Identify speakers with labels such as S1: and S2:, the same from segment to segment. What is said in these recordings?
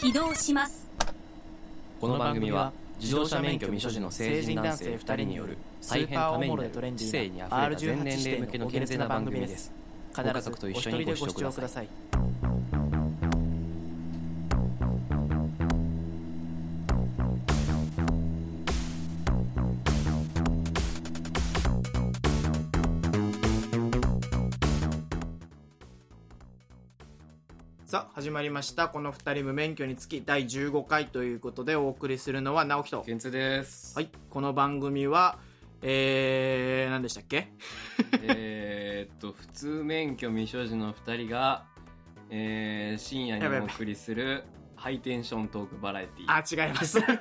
S1: 起動します
S2: この番組は自動車免許未所持の成人男性2人による大変ためになる知性にあふれた全年齢向けの健全な番組です
S3: 必ずお一人でご視聴ください
S4: さあ始まりましたこの2人無免許につき第15回ということでお送りするのは直樹と
S2: 健通です
S4: はいこの番組はえー、何でしたっけ
S2: えーっと普通免許未所持の2人が、えー深夜に
S4: やばいや
S2: お
S4: ばい
S2: 送りするハイテンショントークバラエティ
S4: あ違います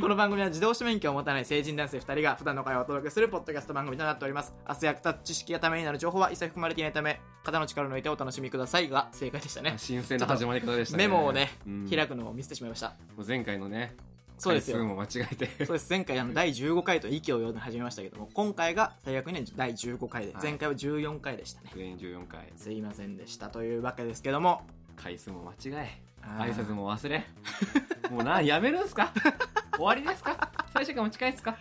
S4: この番組は自動車免許を持たない成人男性2人が普段の会話をお届けするポッドキャスト番組となっております明日役立つ知識やためになる情報は一切含まれていないため肩の力を抜いてお楽しみくださいが正解でしたね
S2: 新鮮な始まり方でしたね
S4: メモをね、
S2: うん
S4: 開くのを見せてしまいました
S2: もう前回のね
S4: そうですよ
S2: 回数も間違えて
S4: そうです前回あの第15回と息を読んで始めましたけども今回が最悪に第15回で、
S2: はい
S4: 前回は14回でしたね
S2: 全員14回
S4: すいませんでしたというわけですけども
S2: 回数も間違え
S4: あー
S2: 挨拶も忘れもうなやめるん すか終わりですか最初から持ち帰っすか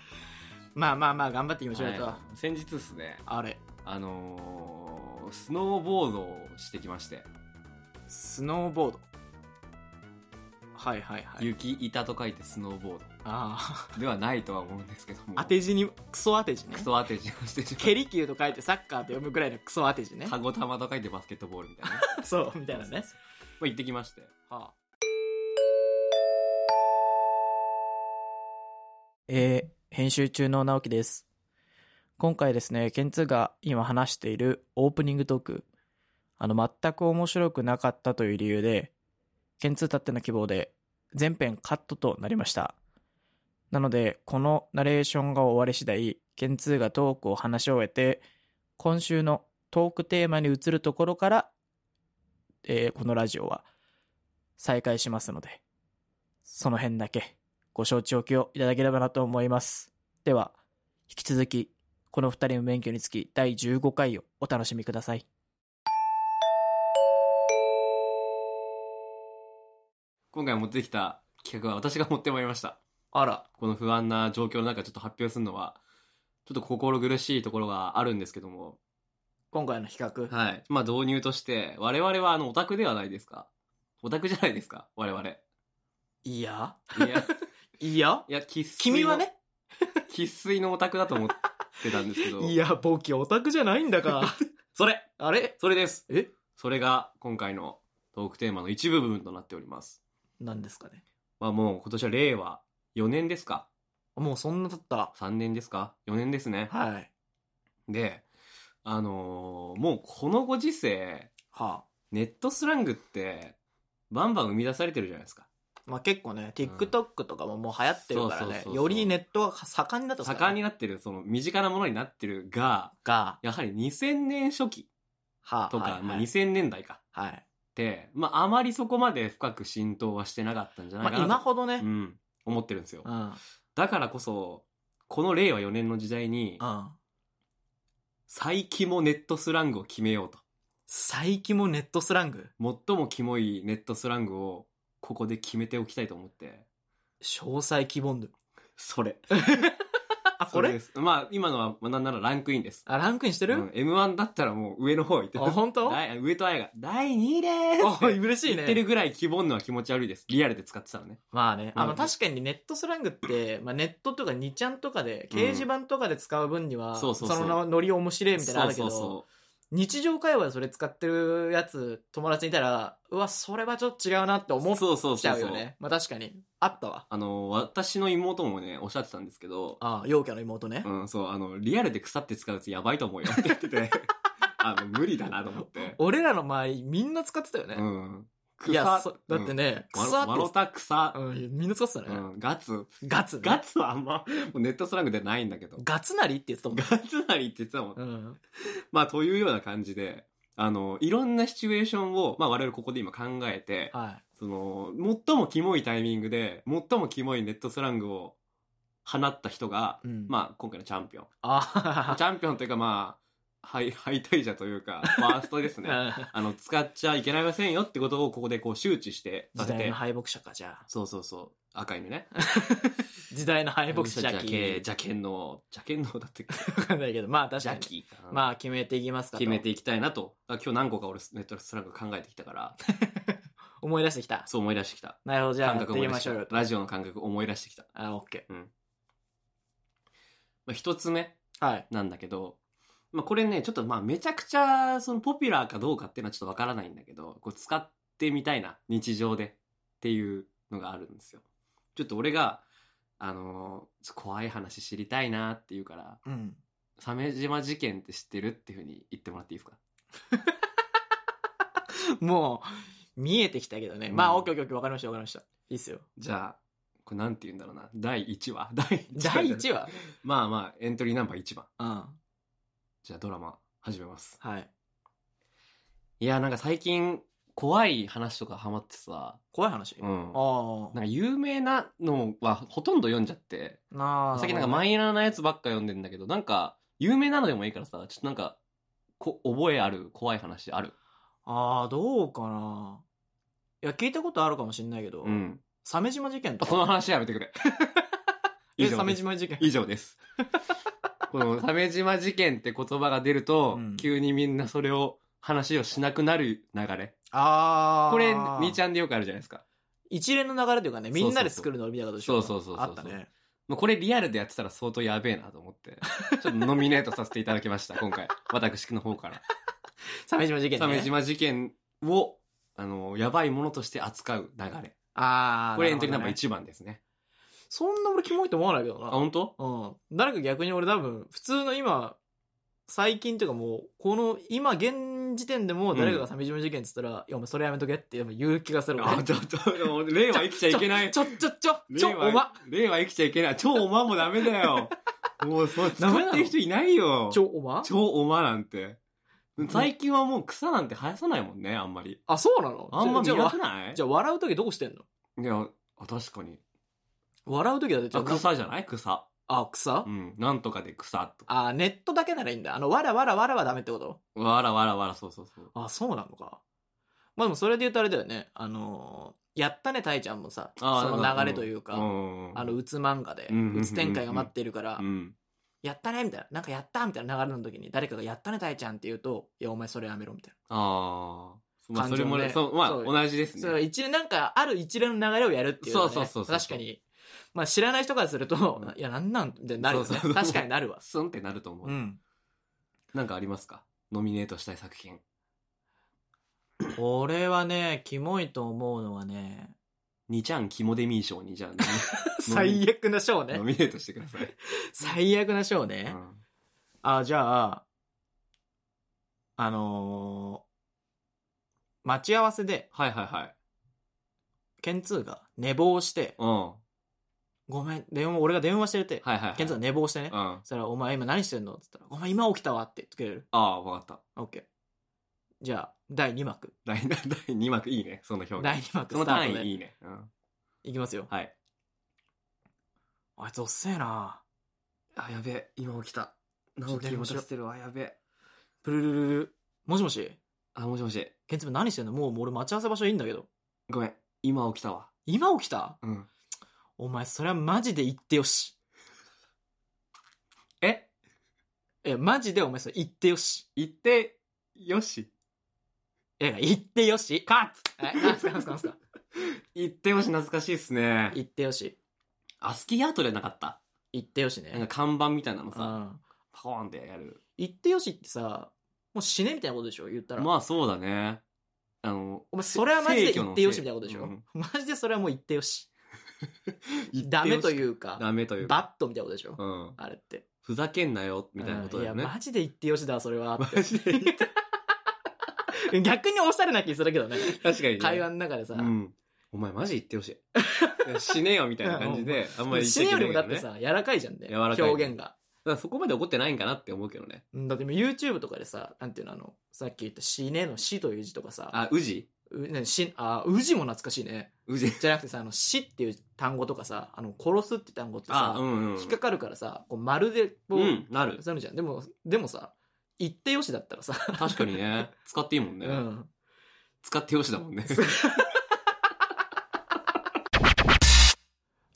S4: まあまあまあ頑張っていきましょうよと、
S2: はい先日ですね
S4: あれ
S2: あのースノーボードをしてきまして
S4: スノーボードはいはいはい
S2: 雪板と書いてスノーボー
S4: あ
S2: ドではないとは思うんですけども
S4: あ当て字にクソ当て字ね
S2: クソ当て字をしてし
S4: 蹴り球と書いてサッカーと読むぐらいのクソ当て字
S2: ま
S4: ね
S2: うカゴ玉と書いてバスケットボールみ たいな
S4: そうみたいなね、
S2: まあ行ってきまして
S4: はあ、えー編集中の直樹です今回ですねケンツーが今話しているオープニングトークあの全く面白くなかったという理由でケンツーたっての希望で全編カットとなりましたなのでこのナレーションが終わり次第ケンツーがトークを話し終えて今週のトークテーマに移るところから、えーこのラジオは再開しますので、その辺だけご承知おきをいただければなと思います。では、引き続き、この二人の免許につき第15回をお楽しみください。
S2: 今回持ってきた企画は私が持ってまいりました
S4: あら、
S2: この不安な状況の中ちょっと発表するのはちょっと心苦しいところがあるんですけども
S4: 今回の比較。
S2: はい。まあ導入として、我々はあのオタクではないですか。オタクじゃないですか、我々。い
S4: いや
S2: や、
S4: いや
S2: いや、喫水。
S4: 君は、ね
S2: 喫水のオタクだと思ってたんですけど。
S4: いや、ボキオタクじゃないんだ か。
S2: それ
S4: あれ
S2: それです
S4: え
S2: それが今回のトークテーマの一部分となっております。
S4: 何ですかね。
S2: まあもう今年は令和4年ですか
S4: もうそんな経った。
S2: ?3 年ですか ?4 年ですね。
S4: はい。
S2: で、あのーもうこのご時世、
S4: はあ。
S2: ネットスラングって、バンバン生み出されてるじゃないですか。
S4: まあ結構ね、TikTok とかももう流行ってるから
S2: そうそう
S4: ね
S2: そ、うそう
S4: よりネットが盛んになった
S2: 盛んに
S4: なっ
S2: なってる、その身近なものになってるが、
S4: た。が、
S2: やはり2000年初期
S4: はあ。
S2: とか、
S4: はいはい
S2: まあ、2000年代かっ
S4: はい。
S2: て、まあ、あまりそこまで深く浸透はしてなかったんじゃない
S4: ま
S2: かな
S4: あ
S2: と、
S4: 今ほどね
S2: う、ん、思ってるんですよ、
S4: うん。
S2: だからこそこの令和4年の時代に
S4: うん。
S2: 最キモネットスラングを決めようと
S4: 最近もネットスラング
S2: 最もキモいネットスラングをここで決めておきたいと思って
S4: 詳細希望ぬ。
S2: それ
S4: あ、
S2: そ
S4: こ
S2: れ
S4: れ
S2: ですまあ今のはまあなんならランクインです
S4: あ、ランクインしてる、
S2: うん、M1 だったらもう上の方行って
S4: あ、 本当あ、
S2: 第上戸彩が「第2位です!」って
S4: 嬉しい
S2: 言ってる
S4: ね。
S2: ぐらいキモんのは気持ち悪いですリアルで使ってたらね
S4: まあね。あ
S2: う
S4: の、
S2: ん
S4: 確かにネットスラングって、まあネットとか2ちゃんとかで、掲示板とかで使う分には、
S2: そうそうそう
S4: のノリ面白いみたいなのあるけど、
S2: そうそうそう
S4: 日常会話でそれ使ってるやつ、友達にいたら、うわ、それはちょっと違うなって思っ
S2: そうそう
S4: ち
S2: そ
S4: ゃ
S2: う
S4: う
S2: そう
S4: よね。まあ確かに。あったわ。
S2: あの私の妹もねおっしゃってたんですけど
S4: ああ、陽キャの妹ね。
S2: うんそうあのリアルで腐って使うやつやばいと思うよって言っ ててあの無理だなと思って
S4: 俺らの周りみんな使ってたよね。
S2: うん
S4: いや、
S2: 草
S4: そだってね、
S2: うん
S4: 草
S2: わわろ
S4: って
S2: た草、
S4: うんいや、みんな使ってたね
S2: う。んガツ
S4: ガツね、
S2: ガツはあんまもうネットスラングではないんだけど
S4: ガツなりって言ってたもんね
S2: ガツなりって言ってたもん、
S4: うん。
S2: まあというような感じであのいろんなシチュエーションを、まあ、我々ここで今考えて
S4: は
S2: その最もキモいタイミングで最もキモいネットスラングを放った人が
S4: い。うん。
S2: まあ、今回のチャンピオン。
S4: あ、あ
S2: チャンピオンというかまあ、敗 敗退者というか、ファーストですね。
S4: 時
S2: あの、使っちゃいけないませんよってことをここでこう周知してさせ
S4: 代
S2: て
S4: の。敗北者か、じゃあ。
S2: そうそうそう。赤い目ね。
S4: 時代の敗北者
S2: じゃけ、
S4: き。
S2: じゃけんの、じゃけんのだって、
S4: わかんないけど、まあ確
S2: じ
S4: か
S2: ゃ
S4: に。
S2: き。
S4: まあ決めていきますかと。
S2: 決めていきたいなと。あ今日何個か俺ネットスラング考えてきた から、
S4: 思い出してきた。
S2: そう思い出してきた。
S4: なるほど、じゃあ
S2: 感
S4: やって
S2: 覚
S4: い
S2: 思
S4: き
S2: い
S4: ま
S2: 出
S4: し
S2: し
S4: ょう
S2: てき
S4: よ
S2: た。。ラジオの感覚思い出してきた。
S4: あ、オッケ
S2: まあ、一つ目
S4: ー。はい。
S2: なんだけど、まあ、これね、ちょっとまあめちゃくちゃそのポピュラーかどうかっていうのはちょっとわからないんだけど、こう使ってみたいな、日常でっていうのがあるんですよ。ちょっと俺が、あのー怖い話知りたいなっていうから、
S4: うん。
S2: 鮫島事件って知ってるっていうふうに言ってもらっていいですか
S4: もう、見えてきたけどね。
S2: うん
S4: まあ、オッケーオッケーオッケー、わかりました、わかりました。いいっすよ。
S2: じゃあ、これなんて言うんだろうな。第1話。 第1話。
S4: 第1話
S2: まあまあ、エントリーナンバー1番。
S4: うん。
S2: じゃあドラマ始めます。
S4: はい。
S2: いや、なんか最近、怖い話とかハマってさ、
S4: 怖い話。
S2: う
S4: あ
S2: ん。
S4: あ
S2: なんか有名なのはほとんど読んじゃって、
S4: なあ。
S2: 最近なんか
S4: イ
S2: マイナーなやつばっか読んでんだけど、なんか、有名なのでもいいからさ、ちょっとなんか、こ覚えある怖い話ある。
S4: ああ、どうかな。いや、聞いたことあるかもしんないけど、
S2: うん。
S4: 鮫島事件と
S2: その
S4: か。
S2: 話やめてくれ。以
S4: え、
S2: 上
S4: 鮫
S2: です。
S4: 島事件。
S2: 以上です。 この、鮫島事件って言葉が出ると、
S4: うん
S2: 急にみんなそれを、話をしなくなる流れ。
S4: ああ。
S2: これ、2ちゃんでよくあるじゃないですか。
S4: 一連の流れというかね、みんなで作るのみたいなことしようか
S2: そうそうそうそう
S4: あったね。
S2: もうこれリアルでやってたら相当やべえなと思って、ちょっとノミネートさせていただきました、今回。私の方から。
S4: 鮫島事件ね。
S2: 鮫島事件を、あの、やばいものとして扱う流れ。
S4: ああ。
S2: これエントリーナンバー
S4: なるほどね
S2: 1番ですね。
S4: そんな俺キモいと思わないけど
S2: あ、
S4: な。
S2: 本当？
S4: うん。誰か逆に俺多分、普通の今、最近というかもう、この今現時点でも誰かが鮫島事件っつったら、いやお前それやめとけって言う気がする。
S2: あ、ちょっと、でも令和生きちゃいけない。
S4: ちょ、ちょ、ちょ、ちょ、
S2: 令和
S4: おま、
S2: 令和生きちゃいけない。超おまもダメだよ。もう、そう、使
S4: ダメなの
S2: ってる人いないよ
S4: ち。ょ、おま
S2: 超おまなんて。最近はもう草なんて生やさないもんね、あんまり。
S4: あ、そうなの
S2: あんま
S4: じ
S2: 見
S4: ゃあ、じゃ
S2: な
S4: あ
S2: くない
S4: じゃあ笑うときどうしてんの
S2: いや、あ確かに。
S4: 笑うときだって、ち
S2: あ
S4: ょ
S2: 草じゃない草。
S4: あ、草
S2: うん。なんとかで草とか。
S4: あ、ネットだけならいいんだ。あの、わらわらわらはダメってこと
S2: わらわらわら、そうそうそう。
S4: あ、そうなのか。まあでもそれで言うとあれだよね。あのーやったね、たいちゃんもさ、そ
S2: あーな
S4: の
S2: んか
S4: 流れというか、
S2: うん
S4: あの、うつ漫画で、
S2: うんうんうんうん
S4: うつ展開が待ってるから
S2: う、ん。
S4: やったねみたいな、なんかやったみたいな流れの時に、誰かがやったね、たいちゃんって言うと、いや、お前それやめろ、みたい
S2: ああ。まあ、
S4: 感情
S2: それもね、
S4: ね
S2: そう、まあ、
S4: そう
S2: 同じです
S4: な。
S2: ね。
S4: それ一連、なんか、ある一連の流れをやるっていうのはね、
S2: そうそうそうそう
S4: 確かに。まあ知らない人からすると、
S2: うん
S4: いや、なんなんみたいになるよね
S2: そうそうそう
S4: 確かになるわ。
S2: スンってなると思う。
S4: うん。
S2: なんかありますかノミネートしたい作品。
S4: これはね、キモいと思うのはね、
S2: にちゃんキモデミー賞にじゃ あ、
S4: 最悪な賞
S2: ノ
S4: ね。
S2: ミネートしてください。
S4: 最悪な賞ね。
S2: うん
S4: あ、じゃあ、あのー待ち合わせで、
S2: はいはいはい。
S4: ケンツーが寝坊して、
S2: うん。は
S4: ごめん、電話、俺が電話してるって
S2: い、はいはい。
S4: ケンツーが寝坊してね。
S2: うん。あ
S4: そしたら、お前今何してんのって言ったら、ごめん、今起きたわって言ってくれる。
S2: あー、わかった。
S4: オッケー。じゃあ、第2幕。
S2: 第第2幕いいね、その表現。
S4: 第2幕
S2: そ
S4: ス
S2: の
S4: タート
S2: 単位
S4: で。
S2: いいね。うん。
S4: いきますよ。
S2: はい。
S4: あいつおっせえな
S2: あ、やべえ。今起きた。
S4: 直樹を出して
S2: るわ、やべえ。
S4: プルルルルル。もしもし
S2: あ、もしもし。
S4: ケンツー何してんのもうもう俺待ち合わせ場所いいんだけど。
S2: ごめん。今起きたわ。
S4: 今起きた
S2: うん。
S4: お前、それはマジで言ってよし。
S2: え
S4: え、マジでお前それ言ってよし。
S2: 行って、よし。
S4: え、言ってよし。カッえ、なんすかなんすかなんすか。
S2: 行ってよし、懐かしいっすね。
S4: 言ってよし。
S2: アスキーアートでなかった
S4: 言ってよし
S2: なんか
S4: ね。
S2: 看板みたいなの
S4: う
S2: さ、
S4: ん。
S2: パコーンってやる。
S4: 言ってよしってさ、もう死ねみたいなことでしょ言ったら。
S2: まあそうだね。あの、
S4: お前、それはマジで言ってよしみたいなことでしょ、
S2: うん。
S4: マジでそれはもう言ってよし。 ダメといううか、
S2: ダメというか。
S4: バットみたいなことでしょ、
S2: うん。
S4: あれって。
S2: ふざけんなよ、みたいなことだよ
S4: うんい
S2: ね
S4: や、。マジで言ってよしだわ、それは。って
S2: マジで言って。
S4: 逆におしゃれな気するけど ね。
S2: 確かにね。
S4: 会話の中でさ。
S2: うん。お前マジ言ってほしい。いや死ねよ、みたいな感じで、あんまり言っちゃ
S4: 死
S2: い
S4: ね
S2: け
S4: より
S2: ない
S4: も
S2: け
S4: だ
S2: どね
S4: ってさ、柔らかいじゃんね。
S2: 柔らかい
S4: 表現が。
S2: だからそこまで怒ってないんかなって思うけどね。
S4: うんだって今 YouTube とかでさ、なんていうのあの、さっき言った死ねの死という字とかさ、
S2: あ、宇治
S4: う、ね、し、あ、宇治も懐かしいね。
S2: 宇治。
S4: じゃなくてさ、あの、死っていう単語とかさ、あの、殺すって単語って
S2: あ
S4: さ、、
S2: うんうん。
S4: 引っかかるからさ、こう、丸で、こう、
S2: うん、なる。
S4: 挟むじゃん。でも、でもさ、行ってよしだったらさ、
S2: 確かにね。使っていいもんね。
S4: うん。
S2: 使ってよしだも んね。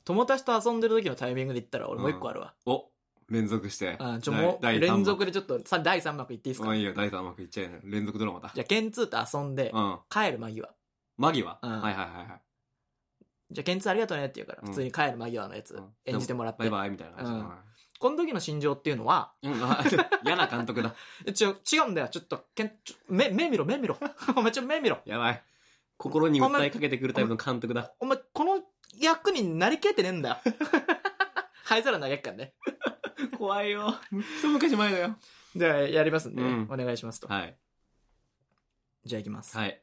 S4: 友達と遊んでる時のタイミングで行ったら俺もう一個あるわ。
S2: お、連続して。
S4: あちょ、もう、
S2: 第第三
S4: 連
S2: 幕
S4: 続でちょっと、さ、第3幕行っていいです
S2: う
S4: か
S2: んいいよ、第3幕いっちゃえよ。連続ドラマだ。
S4: じゃあ、ケンツーと遊んで、
S2: うん。
S4: 帰る間際。
S2: 間際、
S4: うん
S2: はいはいはいはい。
S4: じゃあ、ケンツーありがとうねって言うから、
S2: うん
S4: 普通に帰る間際のやつ、演じてもらって。
S2: バイバイみたいな感じ。
S4: この時の心情っていうのは、
S2: うん あ、嫌な監督だ。
S4: ちょ、違うんだよ。ちょっと、ケン、ちょ目、目見ろ、目見ろ。 お前、ちょ、目見ろ。
S2: やばい。心に訴えかけてくるタイプの監督だ。
S4: お前、この役になりきれてねえんだよ。 灰皿投げっからね。
S2: 怖いよ。一昔前だよ。
S4: じゃあ、やりますんで、
S2: うん
S4: お願いしますと。
S2: はい。
S4: じゃあ、行きます。
S2: はい。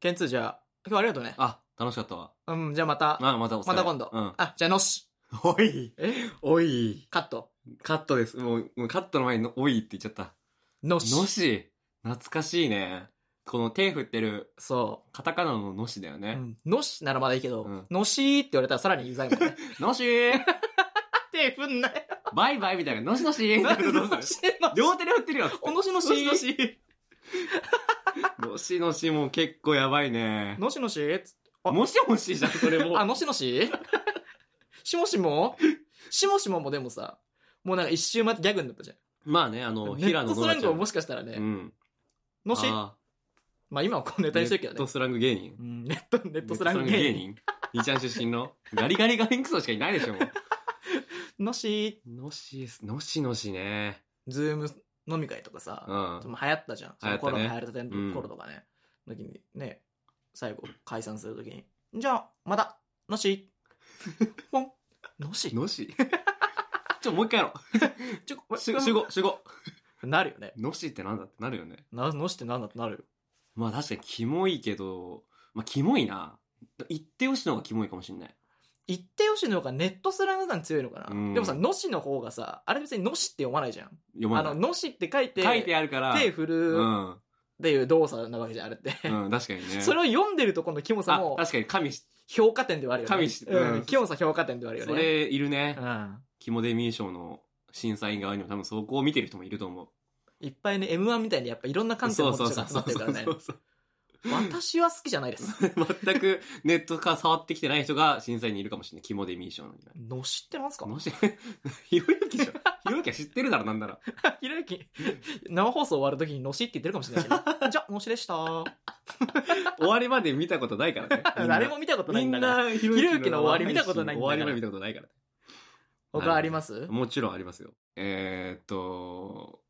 S4: ケンツー、じゃあ、今日はありがとうね。
S2: あ、楽しかったわ。
S4: うん、じゃあまた、
S2: あ、またお疲れ
S4: また今度。
S2: うん。
S4: あ、じゃあ、のし。
S2: おい。
S4: え
S2: おい。
S4: カット。
S2: カットです。もう、もうカットの前にの、おいって言っちゃった。
S4: のし。
S2: のし。懐かしいね。この手振ってる、
S4: そ
S2: カタカナののしだよ
S4: う。う
S2: ね。
S4: んのしならまだいいけど、
S2: うん
S4: のしーって言われたらさらにうざ いもんね。
S2: のしー
S4: 手振んなよ。
S2: バイバイみたいな、のしのしー
S4: のしの
S2: 両手で振ってるよ。
S4: おのしのし
S2: のしのしのしも結構やばいね。
S4: のしのしつあ
S2: もしもしじゃん、それも。
S4: あ、のしのししもしもしもしももでもさ、もうなんか一周待ってギャグになったじゃん。
S2: まあね、あの、
S4: ネ
S2: 平
S4: ッ
S2: 野
S4: トス
S2: ノ
S4: ラ
S2: ラ
S4: ン
S2: ち
S4: グ
S2: ゃ
S4: を
S2: ん。
S4: もしかしたらね、
S2: うん。
S4: のし、
S2: あ
S4: まあ今はこうネ
S2: ー
S4: タにしてるけど
S2: ネット
S4: ね。
S2: スラング芸人。
S4: うんネット、ネットスラング芸人。
S2: 人。二ちゃん出身の。ガリガリガリンクソしかいないでしょ、も
S4: のし、
S2: う。のしです、のしのしね。
S4: ズーム飲み会とかさ、
S2: うん
S4: で。も流行ったじゃん。そ
S2: 流行
S4: の
S2: ったね
S4: コロナ流行ったて
S2: うん
S4: の頃とかね。時にね、最後解散するときに、じゃあ、また、のし、 ポン、のし、
S2: のし ちょ、もう一回やろ
S4: ちょ、
S2: う。しゅ集合、集合。
S4: なるよね。
S2: のしってなんだってなるよね。
S4: な、のしってなんだってなるよ。
S2: まあ確かにキモいけど、まあキモいな。言ってよしの方がキモいかもしんない。
S4: 言ってよしの方がネットスラング感強いのかな、
S2: うん
S4: でもさ、のしの方がさ、あれ別にのしって読まないじゃん。
S2: 読ま
S4: あ
S2: な
S4: の、
S2: い。
S4: のしって書いて、
S2: 書いてあるから。
S4: 手振る
S2: うん。
S4: っていう動作なわけじゃん、あれって。
S2: うん、確かにね。
S4: それを読んでるとこのキモさ
S2: あ、
S4: も
S2: 確かに神し、
S4: 評価点ではあるよね。
S2: 神し
S4: うん
S2: うん
S4: キモさ評価点ではあるよね。
S2: それいるね
S4: う。ん。
S2: キモデミー賞の審査員側にも多分そこを見てる人もいると思う。
S4: いっぱいね、M1 みたいにやっぱいろんな観点
S2: そ
S4: を
S2: う
S4: 持
S2: そう
S4: つ
S2: そ
S4: 人が
S2: う
S4: 集まってるからね
S2: そ。うそう
S4: 私は好きじゃないです。
S2: 全くネットから触ってきてない人が審査員にいるかもしれない。キモデミー賞の。
S4: のしってなんすか
S2: もし、 ひろゆきじゃん。ひろゆきは知ってるだ ろ、なんなら。
S4: ひろゆき、生放送終わる時にのしって言ってるかもしれないしね。じゃ、のしでした。
S2: 終わりまで見たことないからね。みんな
S4: 誰も見たことない
S2: み
S4: ん
S2: ん
S4: だから。
S2: な、ひろ
S4: ろゆきの終わり見たことないんだから
S2: 終わりまで見たことないから。
S4: 他あります
S2: もちろんありますよ。えーっと、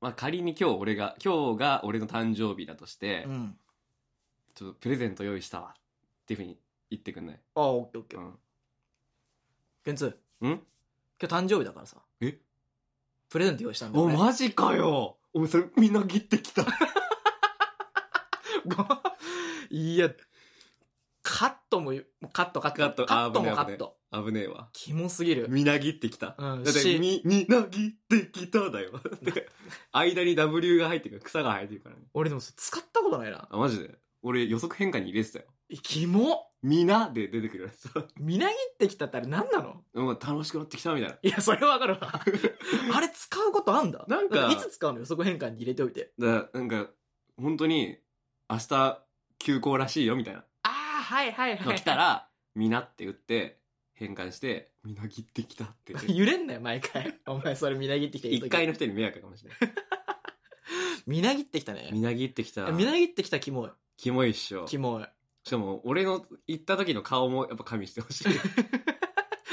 S2: まあ、仮に今日俺が、今日が俺の誕生日だとして、
S4: うん。
S2: ちょっとプレゼント用意したわ。っていうふうに言ってくんない。
S4: ああ、オッケーオッケ
S2: う
S4: ー。
S2: ん。
S4: ケンツ
S2: ん
S4: 今日誕生日だからさ。
S2: え
S4: プレゼント用意したんだよ、
S2: お、
S4: ね。
S2: マジかよお前それみんな切ってきた。
S4: いや、カットも、カットカット。
S2: カット
S4: カットもカ
S2: あ
S4: ッ
S2: 危ねえ危ね
S4: ト。
S2: 危ねえわ。
S4: キモすぎる。
S2: みなぎってきた。
S4: うん
S2: だって
S4: し
S2: み、みなぎってきただよ。 てか間に W が入ってるから草が生えてるからね。
S4: 俺でもそれ使ったことないな。
S2: あ、マジで俺予測変化に入れてたよ。
S4: えキモ
S2: みなで出てくるや つ。
S4: みなぎってきたってあれ何なの
S2: もう楽しくなってきたみたいな。
S4: いや、それはわかる わ。あれ使うことあんだ
S2: なんか
S4: だっていつ使うの予測変換に入れておいて。
S2: だからなんか、本当に、明日、休校らしいよ、みたいな。
S4: ああ、はいはい
S2: の来 た。ら、みなって打って、変換して、みなぎってきたって。
S4: 揺れんなよ、毎回。お前それみなぎってきた
S2: 一回の人に迷惑かもしれ ない。
S4: みなぎってきた
S2: み
S4: ね。
S2: なぎってきた。
S4: みなぎってきたキモい。
S2: キモいっしょ。
S4: キモい。
S2: しかも、俺の行った時の顔もやっぱ加味してほし い。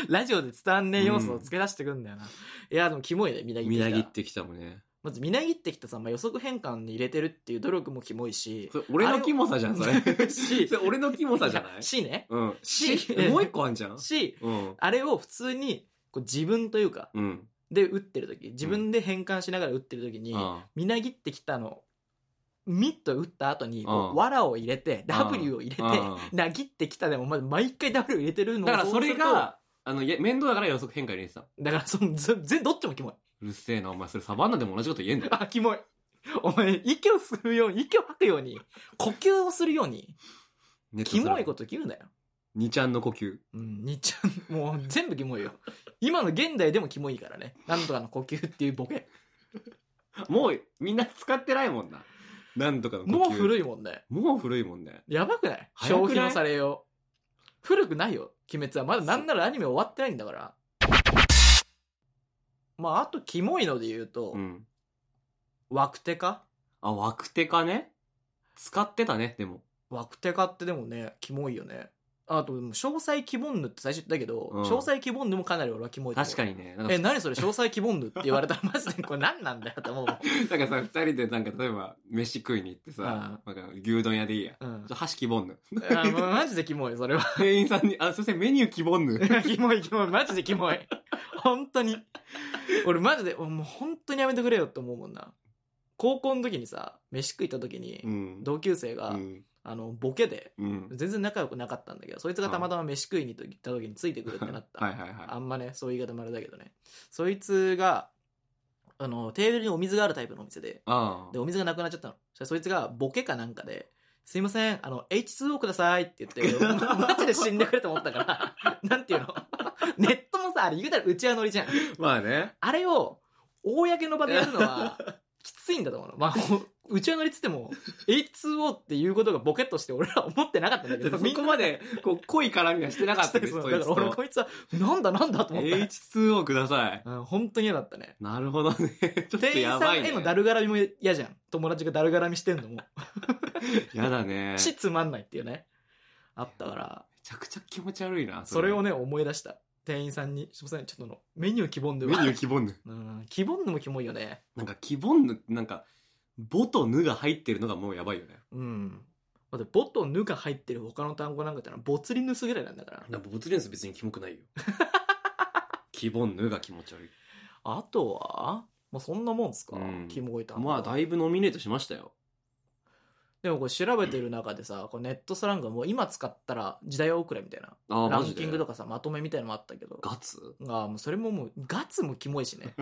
S4: ラジオで伝わんねえ要素を付け出してくんだよな。いや、でもキモいね、みなぎって
S2: み
S4: きた。
S2: なぎってきたもんね。
S4: まずみなぎってきたさ、まあ、予測変換に入れてるっていう努力もキモいし。
S2: それ俺のキモさじゃん、それ。
S4: し
S2: それ俺のキモさじゃない
S4: や ?C ね。
S2: うん。
S4: し
S2: しもう一個あんじゃん
S4: C、
S2: うん。
S4: あれを普通にこう自分というか、
S2: うん。
S4: で打ってる時自分で変換しながら打ってる時に、
S2: あ
S4: みなぎってきたの、ミッと打った後に、こ
S2: うん
S4: う、わらを入れて、W を入れて
S2: うん、
S4: なぎってきたでも、まず毎回 W を入れてる
S2: あ
S4: のを
S2: だから
S4: 想
S2: そ
S4: 像す
S2: れ
S4: ると、
S2: が、あの、いや面倒だから予測変化に入れてた。
S4: だからその、ず全、どっちもキモい。
S2: うるせえな、お前。それサバンナでも同じこと言えんだよ。
S4: あ、キモい。お前、息を吸うように、息を吐くように、呼吸をするよう に、
S2: ネット
S4: キ
S2: スラ
S4: モ
S2: ン
S4: いこと言うなよ。
S2: 二ちゃんの呼吸。
S4: うん、にっちゃん、もう全部キモいよ。今の現代でもキモいからね。なんとかの呼吸っていうボケ。
S2: もうみんな使ってないもんな。なんとかの呼吸。
S4: もう古
S2: い。
S4: いもんね。
S2: もう古いもんね。
S4: やばくない
S2: 早くない
S4: 消費のされよう。古くないよ、鬼滅は。まだなんならアニメ終わってないんだから。まあ、あと、キモいので言うと、
S2: うん。
S4: ワクテカ
S2: あ、ワクテカね。使ってたね、でも。
S4: ワクテカってでもね、キモいよね。あと、でも詳細キボンヌって最初言ったけど、
S2: うん
S4: 詳細キボンヌもかなり俺はキモいと思う
S2: 確かにね。なんか
S4: え、何それ詳細キボンヌって言われたらマジでこれ何なんだよと思うもん。
S2: なんかさ、二人でなんか例えば、飯食いに行ってさ、なんか牛丼屋でいいや。
S4: うん
S2: ちょ、。箸希望ぬ。
S4: あもうマジでキモい、それは。
S2: 店員さんに、あ、すいません、メニュー希望ぬ。
S4: キモい、キモい、マジでキモい。本当に。俺マジで、もう本当にやめてくれよって思うもんな。高校の時にさ、飯食いた時に、
S2: ん
S4: 同級生が、
S2: うん。
S4: あの、ボケで、
S2: うん。
S4: 全然仲良くなかったんだけど、そいつがたまたま飯食いに行った時についてくるってなった。
S2: はいはい
S4: あ
S2: は
S4: んまね、そういう言い方もあれだけどね。そいつが、あの、テーブルにお水があるタイプのお店で、
S2: い。
S4: で、お水がなくなっちゃったの。そしたらそいつがボケかなんかで、すいません、あの、H2O くださいって言って、 マジで死んでくれと思ったから、 なんていうのネットもさ、あれ言うたらうちはノリじゃん。
S2: うん。まあね。
S4: あれを、公の場でやるのは、きついんだと思うの。まあ、うちはノリっつっても、H2O っていうことがボケとして俺らは思ってなかったんだけ ど、
S2: そこまで、こう、濃い絡みはしてなかったです、
S4: そう
S2: そ
S4: だ
S2: い
S4: か
S2: つ
S4: ら俺
S2: と。
S4: こいつは、なんだなんだと思った。
S2: H2O ください。
S4: うん、本当に嫌だったね。
S2: なるほどね。ちょっと
S4: 店員さ
S2: やば
S4: ん
S2: いね。
S4: へのだるがらみも嫌じゃん。友達がだるがらみしてんのも。
S2: や だね。
S4: しつまんないっていうね。あったから、
S2: めちゃくちゃ気持ち悪いな。
S4: それを
S2: ね、
S4: ね、思い出した。店員さんに、すいません、ちょっとあの、メニュー希望で
S2: メニュー希望ぬ。
S4: うん、希望でもキモいよね。
S2: なんか、希望ぬ、なんか、ボとぬが入ってるのがもうやばいよね。
S4: うん。だって、ボとぬが入ってる他の単語なんかってのは、ボツリヌスぐらいなんだから。
S2: なんか、ボツレンス別にキモく ないよ。希望ぬが気持ち悪い。
S4: あとは、まあ、そんなもんすか、
S2: うん
S4: キモい単語。
S2: まあ、だいぶノミネートしましたよ。
S4: でもこれ調べてる中でさ、これネットスラングはもう今使ったら時代遅れみたいな。
S2: あー
S4: ラ
S2: マ
S4: ン
S2: ジで
S4: キングとかさ、まとめみたいなのもあったけど。
S2: ガツ
S4: ああ、もうそれももう、ガツもキモいし ね。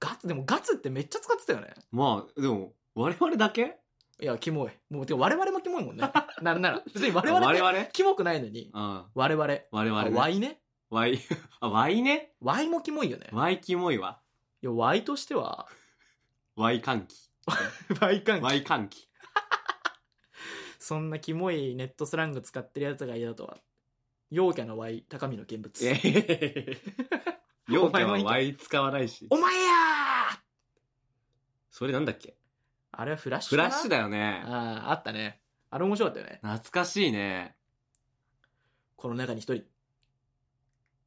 S4: ガツ、でもガツってめっちゃ使ってたよね。
S2: まあ、でも、我々だけ
S4: いや、キモい。もう、てか我々もキモいもん ね。なんなら。別に我
S2: 我
S4: 々
S2: 々
S4: っ
S2: 我
S4: て
S2: 々
S4: キモくないのに。
S2: あ
S4: 我々。我
S2: 我々、ね。
S4: ワイね。
S2: ワイ。 あ、ワイね。
S4: ワイもキモいよね。
S2: ワイキモいわ。
S4: いや、ワイとしては、
S2: ワイ歓喜。
S4: ワイ関
S2: ワ
S4: 係。
S2: イ歓喜。
S4: そんなキモいネットスラング使ってるやつが嫌だとは。陽キャのワイ、高見の見物。
S2: ええ。ようはワイ使わないし。
S4: お前やー
S2: それなんだっけ
S4: あれはフラッシュ
S2: フ
S4: かな
S2: ラッシュだよね。
S4: ああ、あったね。あれ面白かったよね。
S2: 懐かしいね。
S4: この中に一人。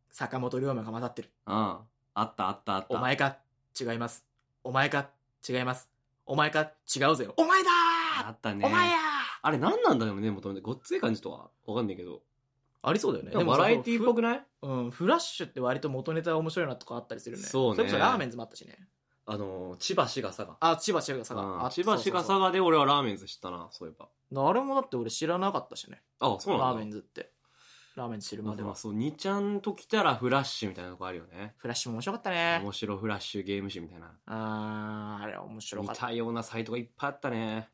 S4: 坂本龍馬が混ざってる。
S2: うん。あったあったあった。
S4: お前か、違います。お前か、違います。お前か、違うぜよ。お前だ
S2: あった
S4: ー、
S2: ね。
S4: お前やー
S2: あれ何なんだろうね、もともと。ごっつい感じとはわかんないけど。
S4: ありそうだよね。
S2: でもバラエティっぽくない
S4: うん、フラッシュって割と元ネタ面白いなとかあったりするよね。
S2: そうね
S4: れこそラーメンズもあったしね。
S2: あの、千葉市が佐賀。
S4: あ、千葉千葉が佐
S2: うん
S4: 賀。
S2: 千葉市が
S4: さ
S2: 佐賀で俺はラーメンズ知ったな、そういえば。
S4: あれもだって俺知らなかったしね。
S2: あ、そうなんだ。
S4: ラーメンズって。ラーメンズ知る
S2: まあ
S4: ま
S2: で
S4: で
S2: も
S4: は。
S2: そう、2ちゃんと来たらフラッシュみたいなとこあるよね。
S4: フラッシュも面白かったね
S2: 面。白フラッシュゲーム誌みたいな。
S4: あー、あれ面白
S2: 似
S4: かった。
S2: たようなサイトがいっぱいあったね。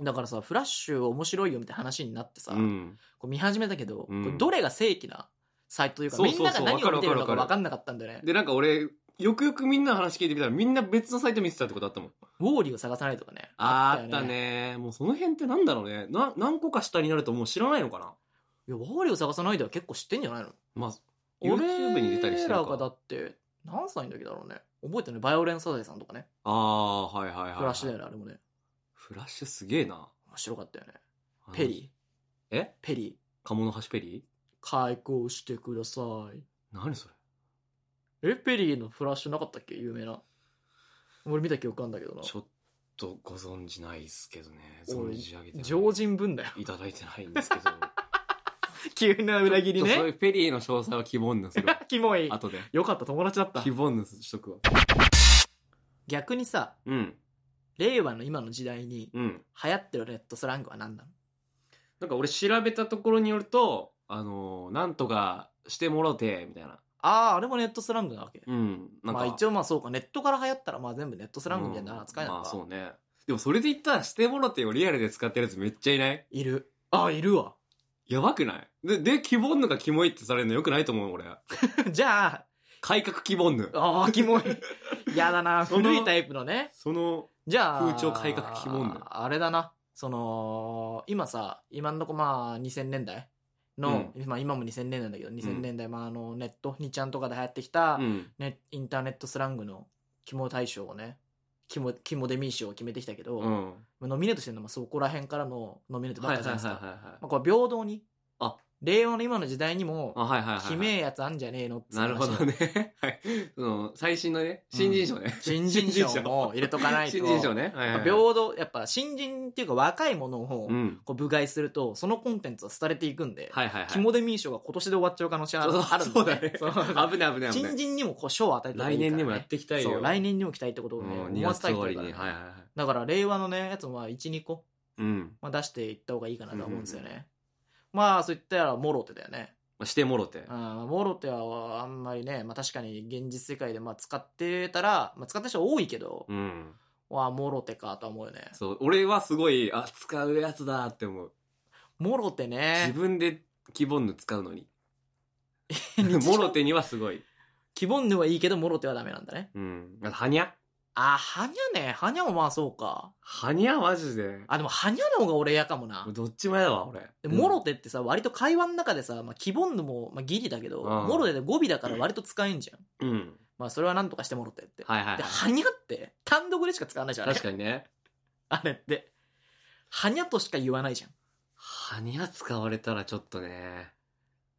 S4: だからさ、フラッシュ面白いよみたいな話になってさ、
S2: うん。
S4: こう見始めたけど、
S2: うん
S4: これどれが正規なサイトというか、
S2: そう
S4: み
S2: そうそうん
S4: なが何を見てるのか
S2: わかるわかるわかる
S4: 分かんなかったんだよね。
S2: で、なんか俺、よくよくみんなの話聞いてみたら、みんな別のサイト見てたってことあったもん。
S4: ウォーリーを探さないとかね。
S2: あーあっ
S4: よ
S2: た。ね。もうその辺ってなんだろうね。な、何個か下になるともう知らないのかない
S4: や、ウォーリーを探さないでは結構知ってんじゃないの
S2: まあ、YouTube に出たりし
S4: 俺
S2: てる
S4: ら
S2: か
S4: がだって、何歳の時だろうね。覚えてるね。バイオレンスサザエさんとかね。
S2: あー、はいはいはいはい。
S4: フラッシュだよね、あれもね。
S2: フラッシュすげえな。
S4: 面白かったよね。ペリ
S2: ー。え
S4: ー。ペリー。
S2: カモノハシペリ
S4: 開口してください。
S2: ー何それ
S4: え、ペリーのフラッシュなかったっけ有名な。俺見た記憶あんだけどな。
S2: ちょっとご存じないですけどね。
S4: おい
S2: 存じ上げてない。
S4: 常人分だよ。
S2: いただいてないんですけど。
S4: 急な 裏切り
S2: ちょっとそうい
S4: ね。
S2: うペリーの詳細は希望ぬするわ。
S4: キモ い。
S2: 後で。
S4: よかった、友達だった
S2: 希。望ぬしとくわ。
S4: 逆にさ、
S2: うん。
S4: 令和の今の時代に
S2: うん。
S4: 流行ってるネットスラングは何なの
S2: なんか俺調べたところによると、あのーなんとかしてもろて、みたいな。
S4: ああ、あれもネットスラングなわけ。
S2: うん。なん
S4: ま
S2: か。
S4: あ一応まあそうか、ネットから流行ったらまあ全部ネットスラングみたいな扱いな
S2: うん
S4: のか
S2: まあ。そうね。でもそれで言ったら、してもろてをリアルで使ってるやつめっちゃいない
S4: いる。ああ、いるわ。
S2: やばくないで、で、希望のがキモいってされるのよくないと思う、俺。
S4: じゃあ、
S2: 改革希望ぬ。
S4: あ あ、キ モい。やだな。
S2: その
S4: 古いタイプのね。
S2: その、
S4: じゃあ、
S2: 風潮改革キモんだ
S4: あれだな。その、今さ、今んとこまあ2000年代の、まあ今も2000年代なんだけど、2000年代、まああの、ネット、2ちゃんとかで流行ってきた、
S2: うん。
S4: ね、インターネットスラングの肝大賞をね、肝、肝デミー賞を決めてきたけど、
S2: うん。
S4: まあノミネートしてるのはまあそこら辺からのノミネートば
S2: は
S4: っ
S2: い
S4: か
S2: はい
S4: じ
S2: は
S4: ゃ
S2: い
S4: ない
S2: は
S4: ですか。
S2: い
S4: まあこれ平等に。
S2: あ
S4: 令和の今の時代にも、
S2: あ。はいはいはいはい。
S4: ひめえやつあんじゃねえのっつう話
S2: なるほどね。 はい。その、最新のね、新人賞ね。
S4: 新人賞も入れとかないと。
S2: 新人賞ね。はいはい
S4: まあ
S2: はい。
S4: 平等、やっぱ新人っていうか若いものを
S2: うん。
S4: こう部外すると、そのコンテンツは廃れていくんで、
S2: はいはいはい。
S4: 肝デミー賞が今年で終わっちゃう可能性あるあるん
S2: そう
S4: で
S2: だね。
S4: そう
S2: 危ない危ない危な
S4: 新
S2: い。
S4: 人にもこう賞を与えて
S2: 来年にもやっていきたいよ。
S4: そう、来年にも来たいってことをね、
S2: うん、2
S4: 思わせ
S2: 月
S4: たい
S2: 終
S4: ってこと
S2: わ
S4: だね
S2: りに。はいはいはい。
S4: だから令和のね、やつもまあ1、2個、
S2: うん。
S4: まあ、出していった方がいいかなとは思うんですよね。まあ、そういったら、モロテだよね。
S2: まあしてもろて。
S4: うん、モロテはあんまりね、まあ確かに現実世界でまあ使ってたら、まあ使った人多いけど、
S2: うん。
S4: わあ、モロテかとは思うよね。
S2: そう、俺はすごい、あ、使うやつだって思う。
S4: モロテ
S2: 自
S4: ね。
S2: 分でキボンヌ使 うのに。も
S4: モ
S2: ろ
S4: ロテ。
S2: てにはすごい。
S4: キボンヌはいいけど、モロテはダメなんだね。
S2: うん。あと、はにゃ
S4: あ、ハニャね。ハニャもまあそうか。
S2: はにゃマジで。
S4: あ、でもハニャの方が俺嫌かもな。
S2: どっちもやだわ、俺。
S4: でモロテってさ、割と会話の中でさ、まあ、キボンヌも、まあ、ギリだけど、
S2: うん
S4: モロテで語尾だから割と使えんじゃん。
S2: うん。
S4: まあ、それはなんとかしてモロテって。
S2: はいはい
S4: で、
S2: は
S4: ハニャって、単独でしか使わないじ
S2: い。
S4: ゃん、あれ
S2: 確。かにね。
S4: あれって。ハニャとしか言わないじゃん。
S2: はにゃ使われたらちょっとね。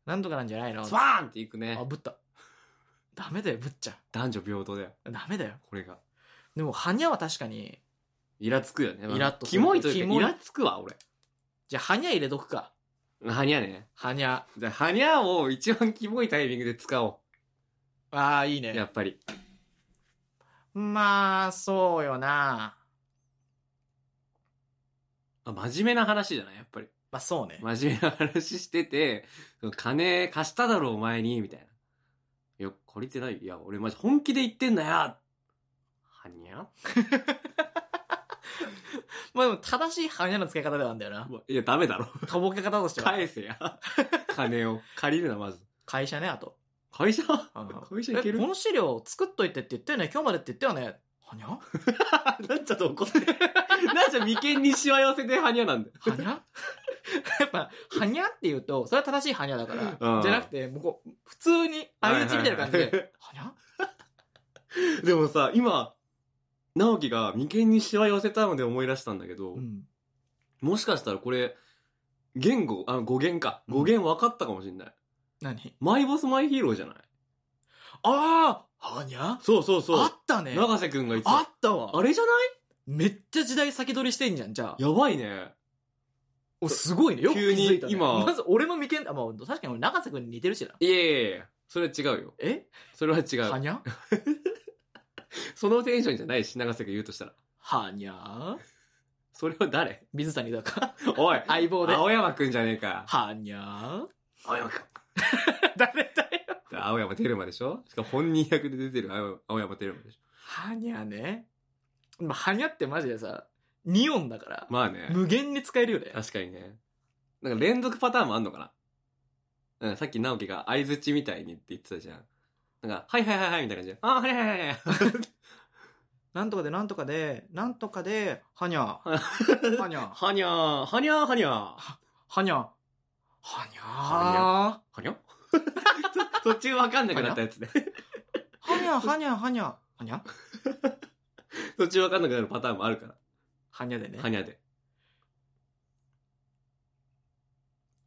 S4: なんとかなんじゃないの
S2: スワーンっていくね
S4: あ、。ぶった。ダメだよ、ぶっちゃ。
S2: 男女平等だよ。
S4: ダメだよ。
S2: これが。
S4: でも、ハニャは確かに、
S2: イラつくよね。
S4: イラっとす
S2: キ
S4: る
S2: モいとい
S4: キ
S2: うか、
S4: モい
S2: イラつくわ、俺。
S4: じゃあ、ハニャ入れとくか。
S2: はにゃね。
S4: ハニャ。
S2: じゃあ、はにゃを一番キモいタイミングで使お。
S4: ああ、いいう
S2: や
S4: ね。
S2: っぱり。
S4: まあ、そうよな。
S2: あ真面目な話じゃないやっぱり。
S4: まあ、そうね。
S2: 真面目な話してて、その金貸しただろ、お前に、みたいな。いや、借りてない。いや、俺マジ本気で言ってんだよはにゃ
S4: まあ、でも、正しいハニャの使い方ではあるんだよな。
S2: うわいや、ダメだろ。
S4: とぼけ方としては。
S2: 返せや。金を。借りるな、まず。
S4: 会社ね、あと。
S2: 会社
S4: うん
S2: 会社いける
S4: えこの資料作っといてって言ったよね。今日までって言ったよね。はにゃは
S2: なんちゃと怒って。 なんちゃ眉間にしわ寄せてはにゃなんだよ。
S4: にゃ やっぱ、はにゃって言うと、それは正しいはにゃだから。
S2: うん
S4: じゃなくて、もうこう、普通に、相打ちみたいな感じ
S2: はいはいは
S4: で、はにゃ
S2: でもさ、今、直樹が眉間にしわ寄せたので思い出したんだけど、
S4: うん。
S2: もしかしたらこれ、言語、あ、語源か。語源分かったかもしんない。
S4: 何
S2: マイボスマイヒーローじゃない
S4: ああはにゃ
S2: そうそうそう。
S4: あったね。
S2: 長瀬くんが言ってた。
S4: あったわ。
S2: あれじゃない
S4: めっちゃ時代先取りしてんじゃん、じゃあ。
S2: やばいね。
S4: お、すごいね。よく気づいた、ね。
S2: 急に今
S4: まず俺も眉間、あ、まあ、確かに俺長瀬くんに似てるしな。
S2: いやいやいやそれは違うよ。
S4: え
S2: それは違
S4: は
S2: う。
S4: にゃ
S2: そのテンションじゃないし、長瀬が言うとしたら。
S4: はにゃ
S2: それは誰
S4: 水谷だか。
S2: おい
S4: 相棒で。
S2: 青山くんじゃねえか。
S4: はにゃ
S2: 青山くん。
S4: 誰だよ。
S2: 青山テルマでしょしかも本人役で出てる青山青山テルマでしょ
S4: はにゃね。まあ、はにゃってマジでさ、ニオンだから、
S2: まあね。
S4: 無限に使えるよね。
S2: 確かにね。なんか連続パターンもあんのかなうん、さっき直樹が相づちみたいにって言ってたじゃん。なんか、はいはいはいはいみたいな感じで。あー、はいはいはいはい。
S4: なんとかでなんとかで、なんとかで、はにゃ。 はにゃ。
S2: はにゃー、はにゃー、はにゃー。
S4: はにゃ。はにゃ
S2: ははにゃ 途中わかんなくなったやつね。
S4: はにゃ、はにゃ、はにゃ。はにゃ
S2: 途中わかんなくなるパターンもあるから。
S4: はにゃでね
S2: は。にゃで。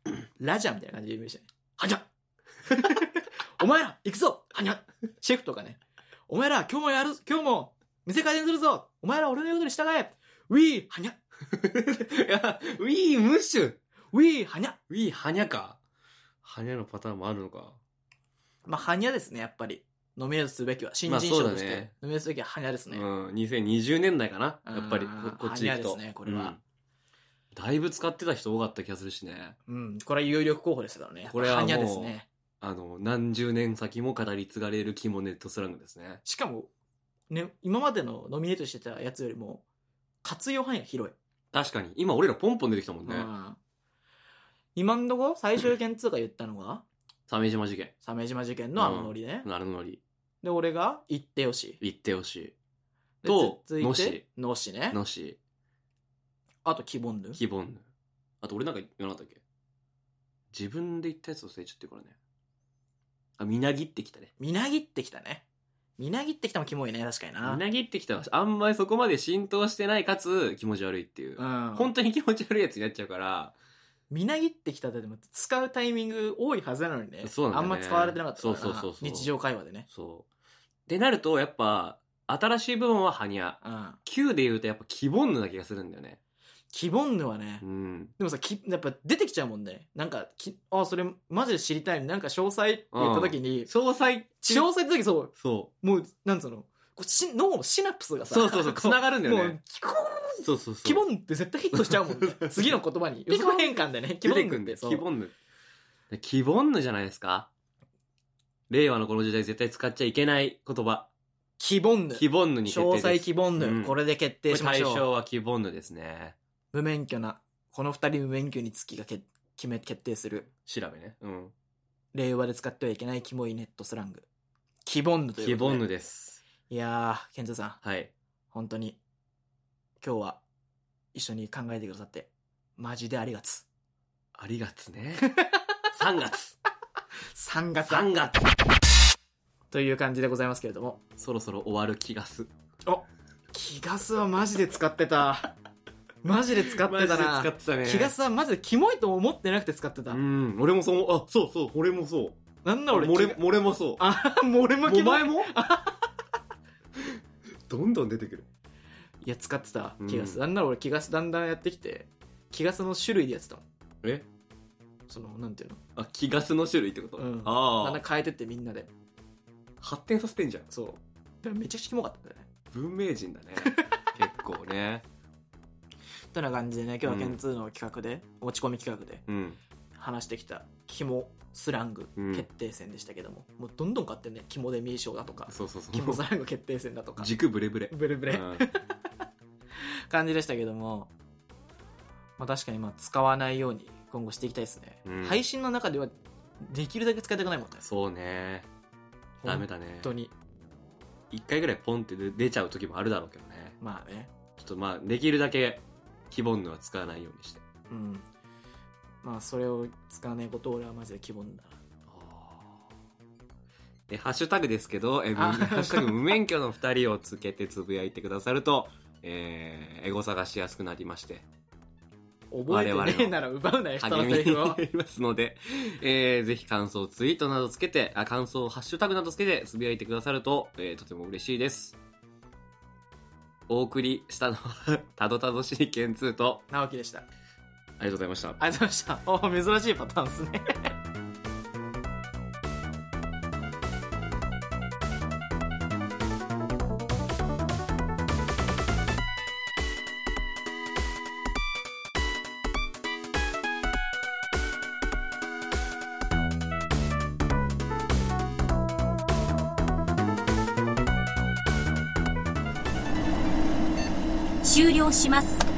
S4: ラジャーみたいな感じで言いましたね。はにゃお前ら、行くぞはにゃシェフとかね。お前ら、今日もやる、今日も、店開店するぞお前ら、俺の言うことに従えウィーはにゃ
S2: いや、ウィームッシュ
S4: ウィーはにゃ
S2: ウィーはにゃか。はにゃのパターンもあるのか。
S4: まあ、はにゃですね、やっぱり。ノミネートすべきは、新
S2: まあ
S4: 人賞
S2: そう
S4: と
S2: だ
S4: して、
S2: ね
S4: ノミネートすべきははにゃですね。
S2: うん、2020年代かな。やっぱり、
S4: あ
S2: こ
S4: ー
S2: こっち
S4: はに
S2: 行くと。
S4: ゃですねこれは
S2: うんだいぶ使ってた人多かった気がするしね。
S4: うん、これは有力候補ですからね。
S2: これはもう
S4: にゃですね。
S2: あの、何十年先も語り継がれるキモネットスラングですね。
S4: しかも、ね、今までのノミネートしてたやつよりも、活用範囲が広い。
S2: 確かに。今俺らポンポン出てきたもんね。
S4: うん今んとこ、最終件通過言ったのが、
S2: 鮫島事件。
S4: 鮫島事件のあのノリね。
S2: なるのり。
S4: で、俺が言ってよし。
S2: 言ってほし
S4: で
S2: と
S4: 続いて
S2: のし。
S4: のしね
S2: い。。のし、
S4: あと、希望ぬ。
S2: 希望ぬ。あと俺なんか言わなかったっけ自分で言ったやつを忘れちゃってるからね。あ、みなぎってきたね。
S4: みなぎってきたね。みなぎってきたもキモいね、確かに
S2: み
S4: な。
S2: なぎってきたわあんまりそこまで浸透してないかつ気持ち悪いっていう。
S4: うん。
S2: 本当に気持ち悪いやつになっちゃうから。
S4: みなぎってきたってでも使うタイミング多いはずなのにね。
S2: そうなんだよね
S4: あんま使われてなかったからな
S2: そうそうそうそう
S4: 日常会話でね。
S2: そう。でなると、やっぱ、新しい部分はハニャ。
S4: うん。
S2: 9で言うとやっぱキボンヌな気がするんだよね。
S4: キボンヌはね、
S2: うん。
S4: でもさ、きやっぱ出てきちゃうもんね。なんか、きあ、それマジで知りたい。なんか詳細って言った時に、
S2: 詳細って
S4: 詳細って時そう、
S2: そ
S4: もう、なんつうの、こうし脳のシナプスが
S2: う。
S4: さ、
S2: そうそうそう、繋がるんだよ
S4: も
S2: ね
S4: う。、キコーン
S2: そうそうそう。。
S4: キボンヌって絶対ヒットしちゃうもんね 次の言葉に。
S2: ピ
S4: 予
S2: コン
S4: 測変換でね、キボンヌって。そう
S2: キボンヌ。キボンヌじゃないですか令和のこの時代絶対使っちゃいけない言葉。
S4: キボンヌ。
S2: キボンヌに決定
S4: 詳
S2: です。
S4: 細キボン
S2: うん
S4: ヌ。これで決定しまし
S2: 対象
S4: ょう。
S2: はキボンヌですね。
S4: 無免許な、この二人無免許につきがけ決め、決定する。
S2: 調べね。うん。
S4: 令和で使ってはいけないキモいネットスラング。キボンヌという
S2: キ
S4: こと
S2: ボ
S4: で
S2: ンヌです。
S4: いやー、ケンズーさん、
S2: はい。
S4: 本当に、今日は一緒に考えてくださって、マジでありがつ。
S2: ありがつね。3月。
S4: 3月
S2: 3月。
S4: という感じでございますけれども。
S2: そろそろ終わる気がす。
S4: 気ガスはマジで使ってた。マジで使っ
S2: マジ
S4: て
S2: で
S4: た
S2: 使
S4: な。
S2: ってたね。
S4: 気ガスはマジでキモいとも思ってなくて使ってた。
S2: うん。俺もそう、あ、そうそう、俺もそう。
S4: なんだ俺、
S2: 俺
S4: 気が
S2: 俺もそう。
S4: あ、 漏れもキ
S2: お
S4: モい。
S2: 前 もどんどん出てくる。
S4: いや、使ってた
S2: うん。
S4: 気ガス。なんなら俺気ガスだんだんやってきて、気ガスの種類でやってたもん。
S2: え
S4: その、なんていうの
S2: あ、気ガスの種類ってこと、
S4: うんだん
S2: あ
S4: だん
S2: あ。
S4: 変えてってみんなで。
S2: 発展させてんじゃん。
S4: そう。だからめちゃくちゃキモかったんだよね。
S2: 文明人だ ね。結構ね。
S4: てな感じでね今日は
S2: うん
S4: ケンツーの企画で、持ち込み企画で
S2: うん。
S4: 話してきた肝スラング
S2: うん
S4: 決定戦でしたけども、もうどんどん買ってね肝で名称だとか
S2: そうそうそう。
S4: 肝スラング決定戦だとか
S2: 軸ブレブレ。
S4: ブレブ
S2: う
S4: レ、
S2: ん
S4: 感じでしたけども、まあ、確かにまあ使わないように今後していきたいですね、
S2: うん
S4: 配信の中ではできるだけ使いたくないもんね
S2: そう ね。ダメだね
S4: 本。当に
S2: 一回ぐらいポンって出出ちゃう時もあるだろうけどね。
S4: まあね
S2: ちょっとまあ、できるだけ、希望のは使わないようにして。
S4: うんまあそれを使わないことを俺はマジで希望だ
S2: え、ハッシュタグですけど、え、無
S4: あ
S2: ハッシュタグ無免許の二人をつけてつぶやいてくださると、えー、エゴ探しやすくなりまして、
S4: 覚えてねえなら奪うなよ人のセリフ
S2: に
S4: を
S2: なりますので、えー、ぜひ感想ツイートなどつけて、あ、感想、ハッシュタグなどつけてつぶやいてくださると、えー、とても嬉しいです。お送りしたのは、たどたどしいけん2と、
S4: 直樹でした
S2: ありがとうございました。
S4: ありがとうございました。お珍しいパターンですね。
S1: 終了します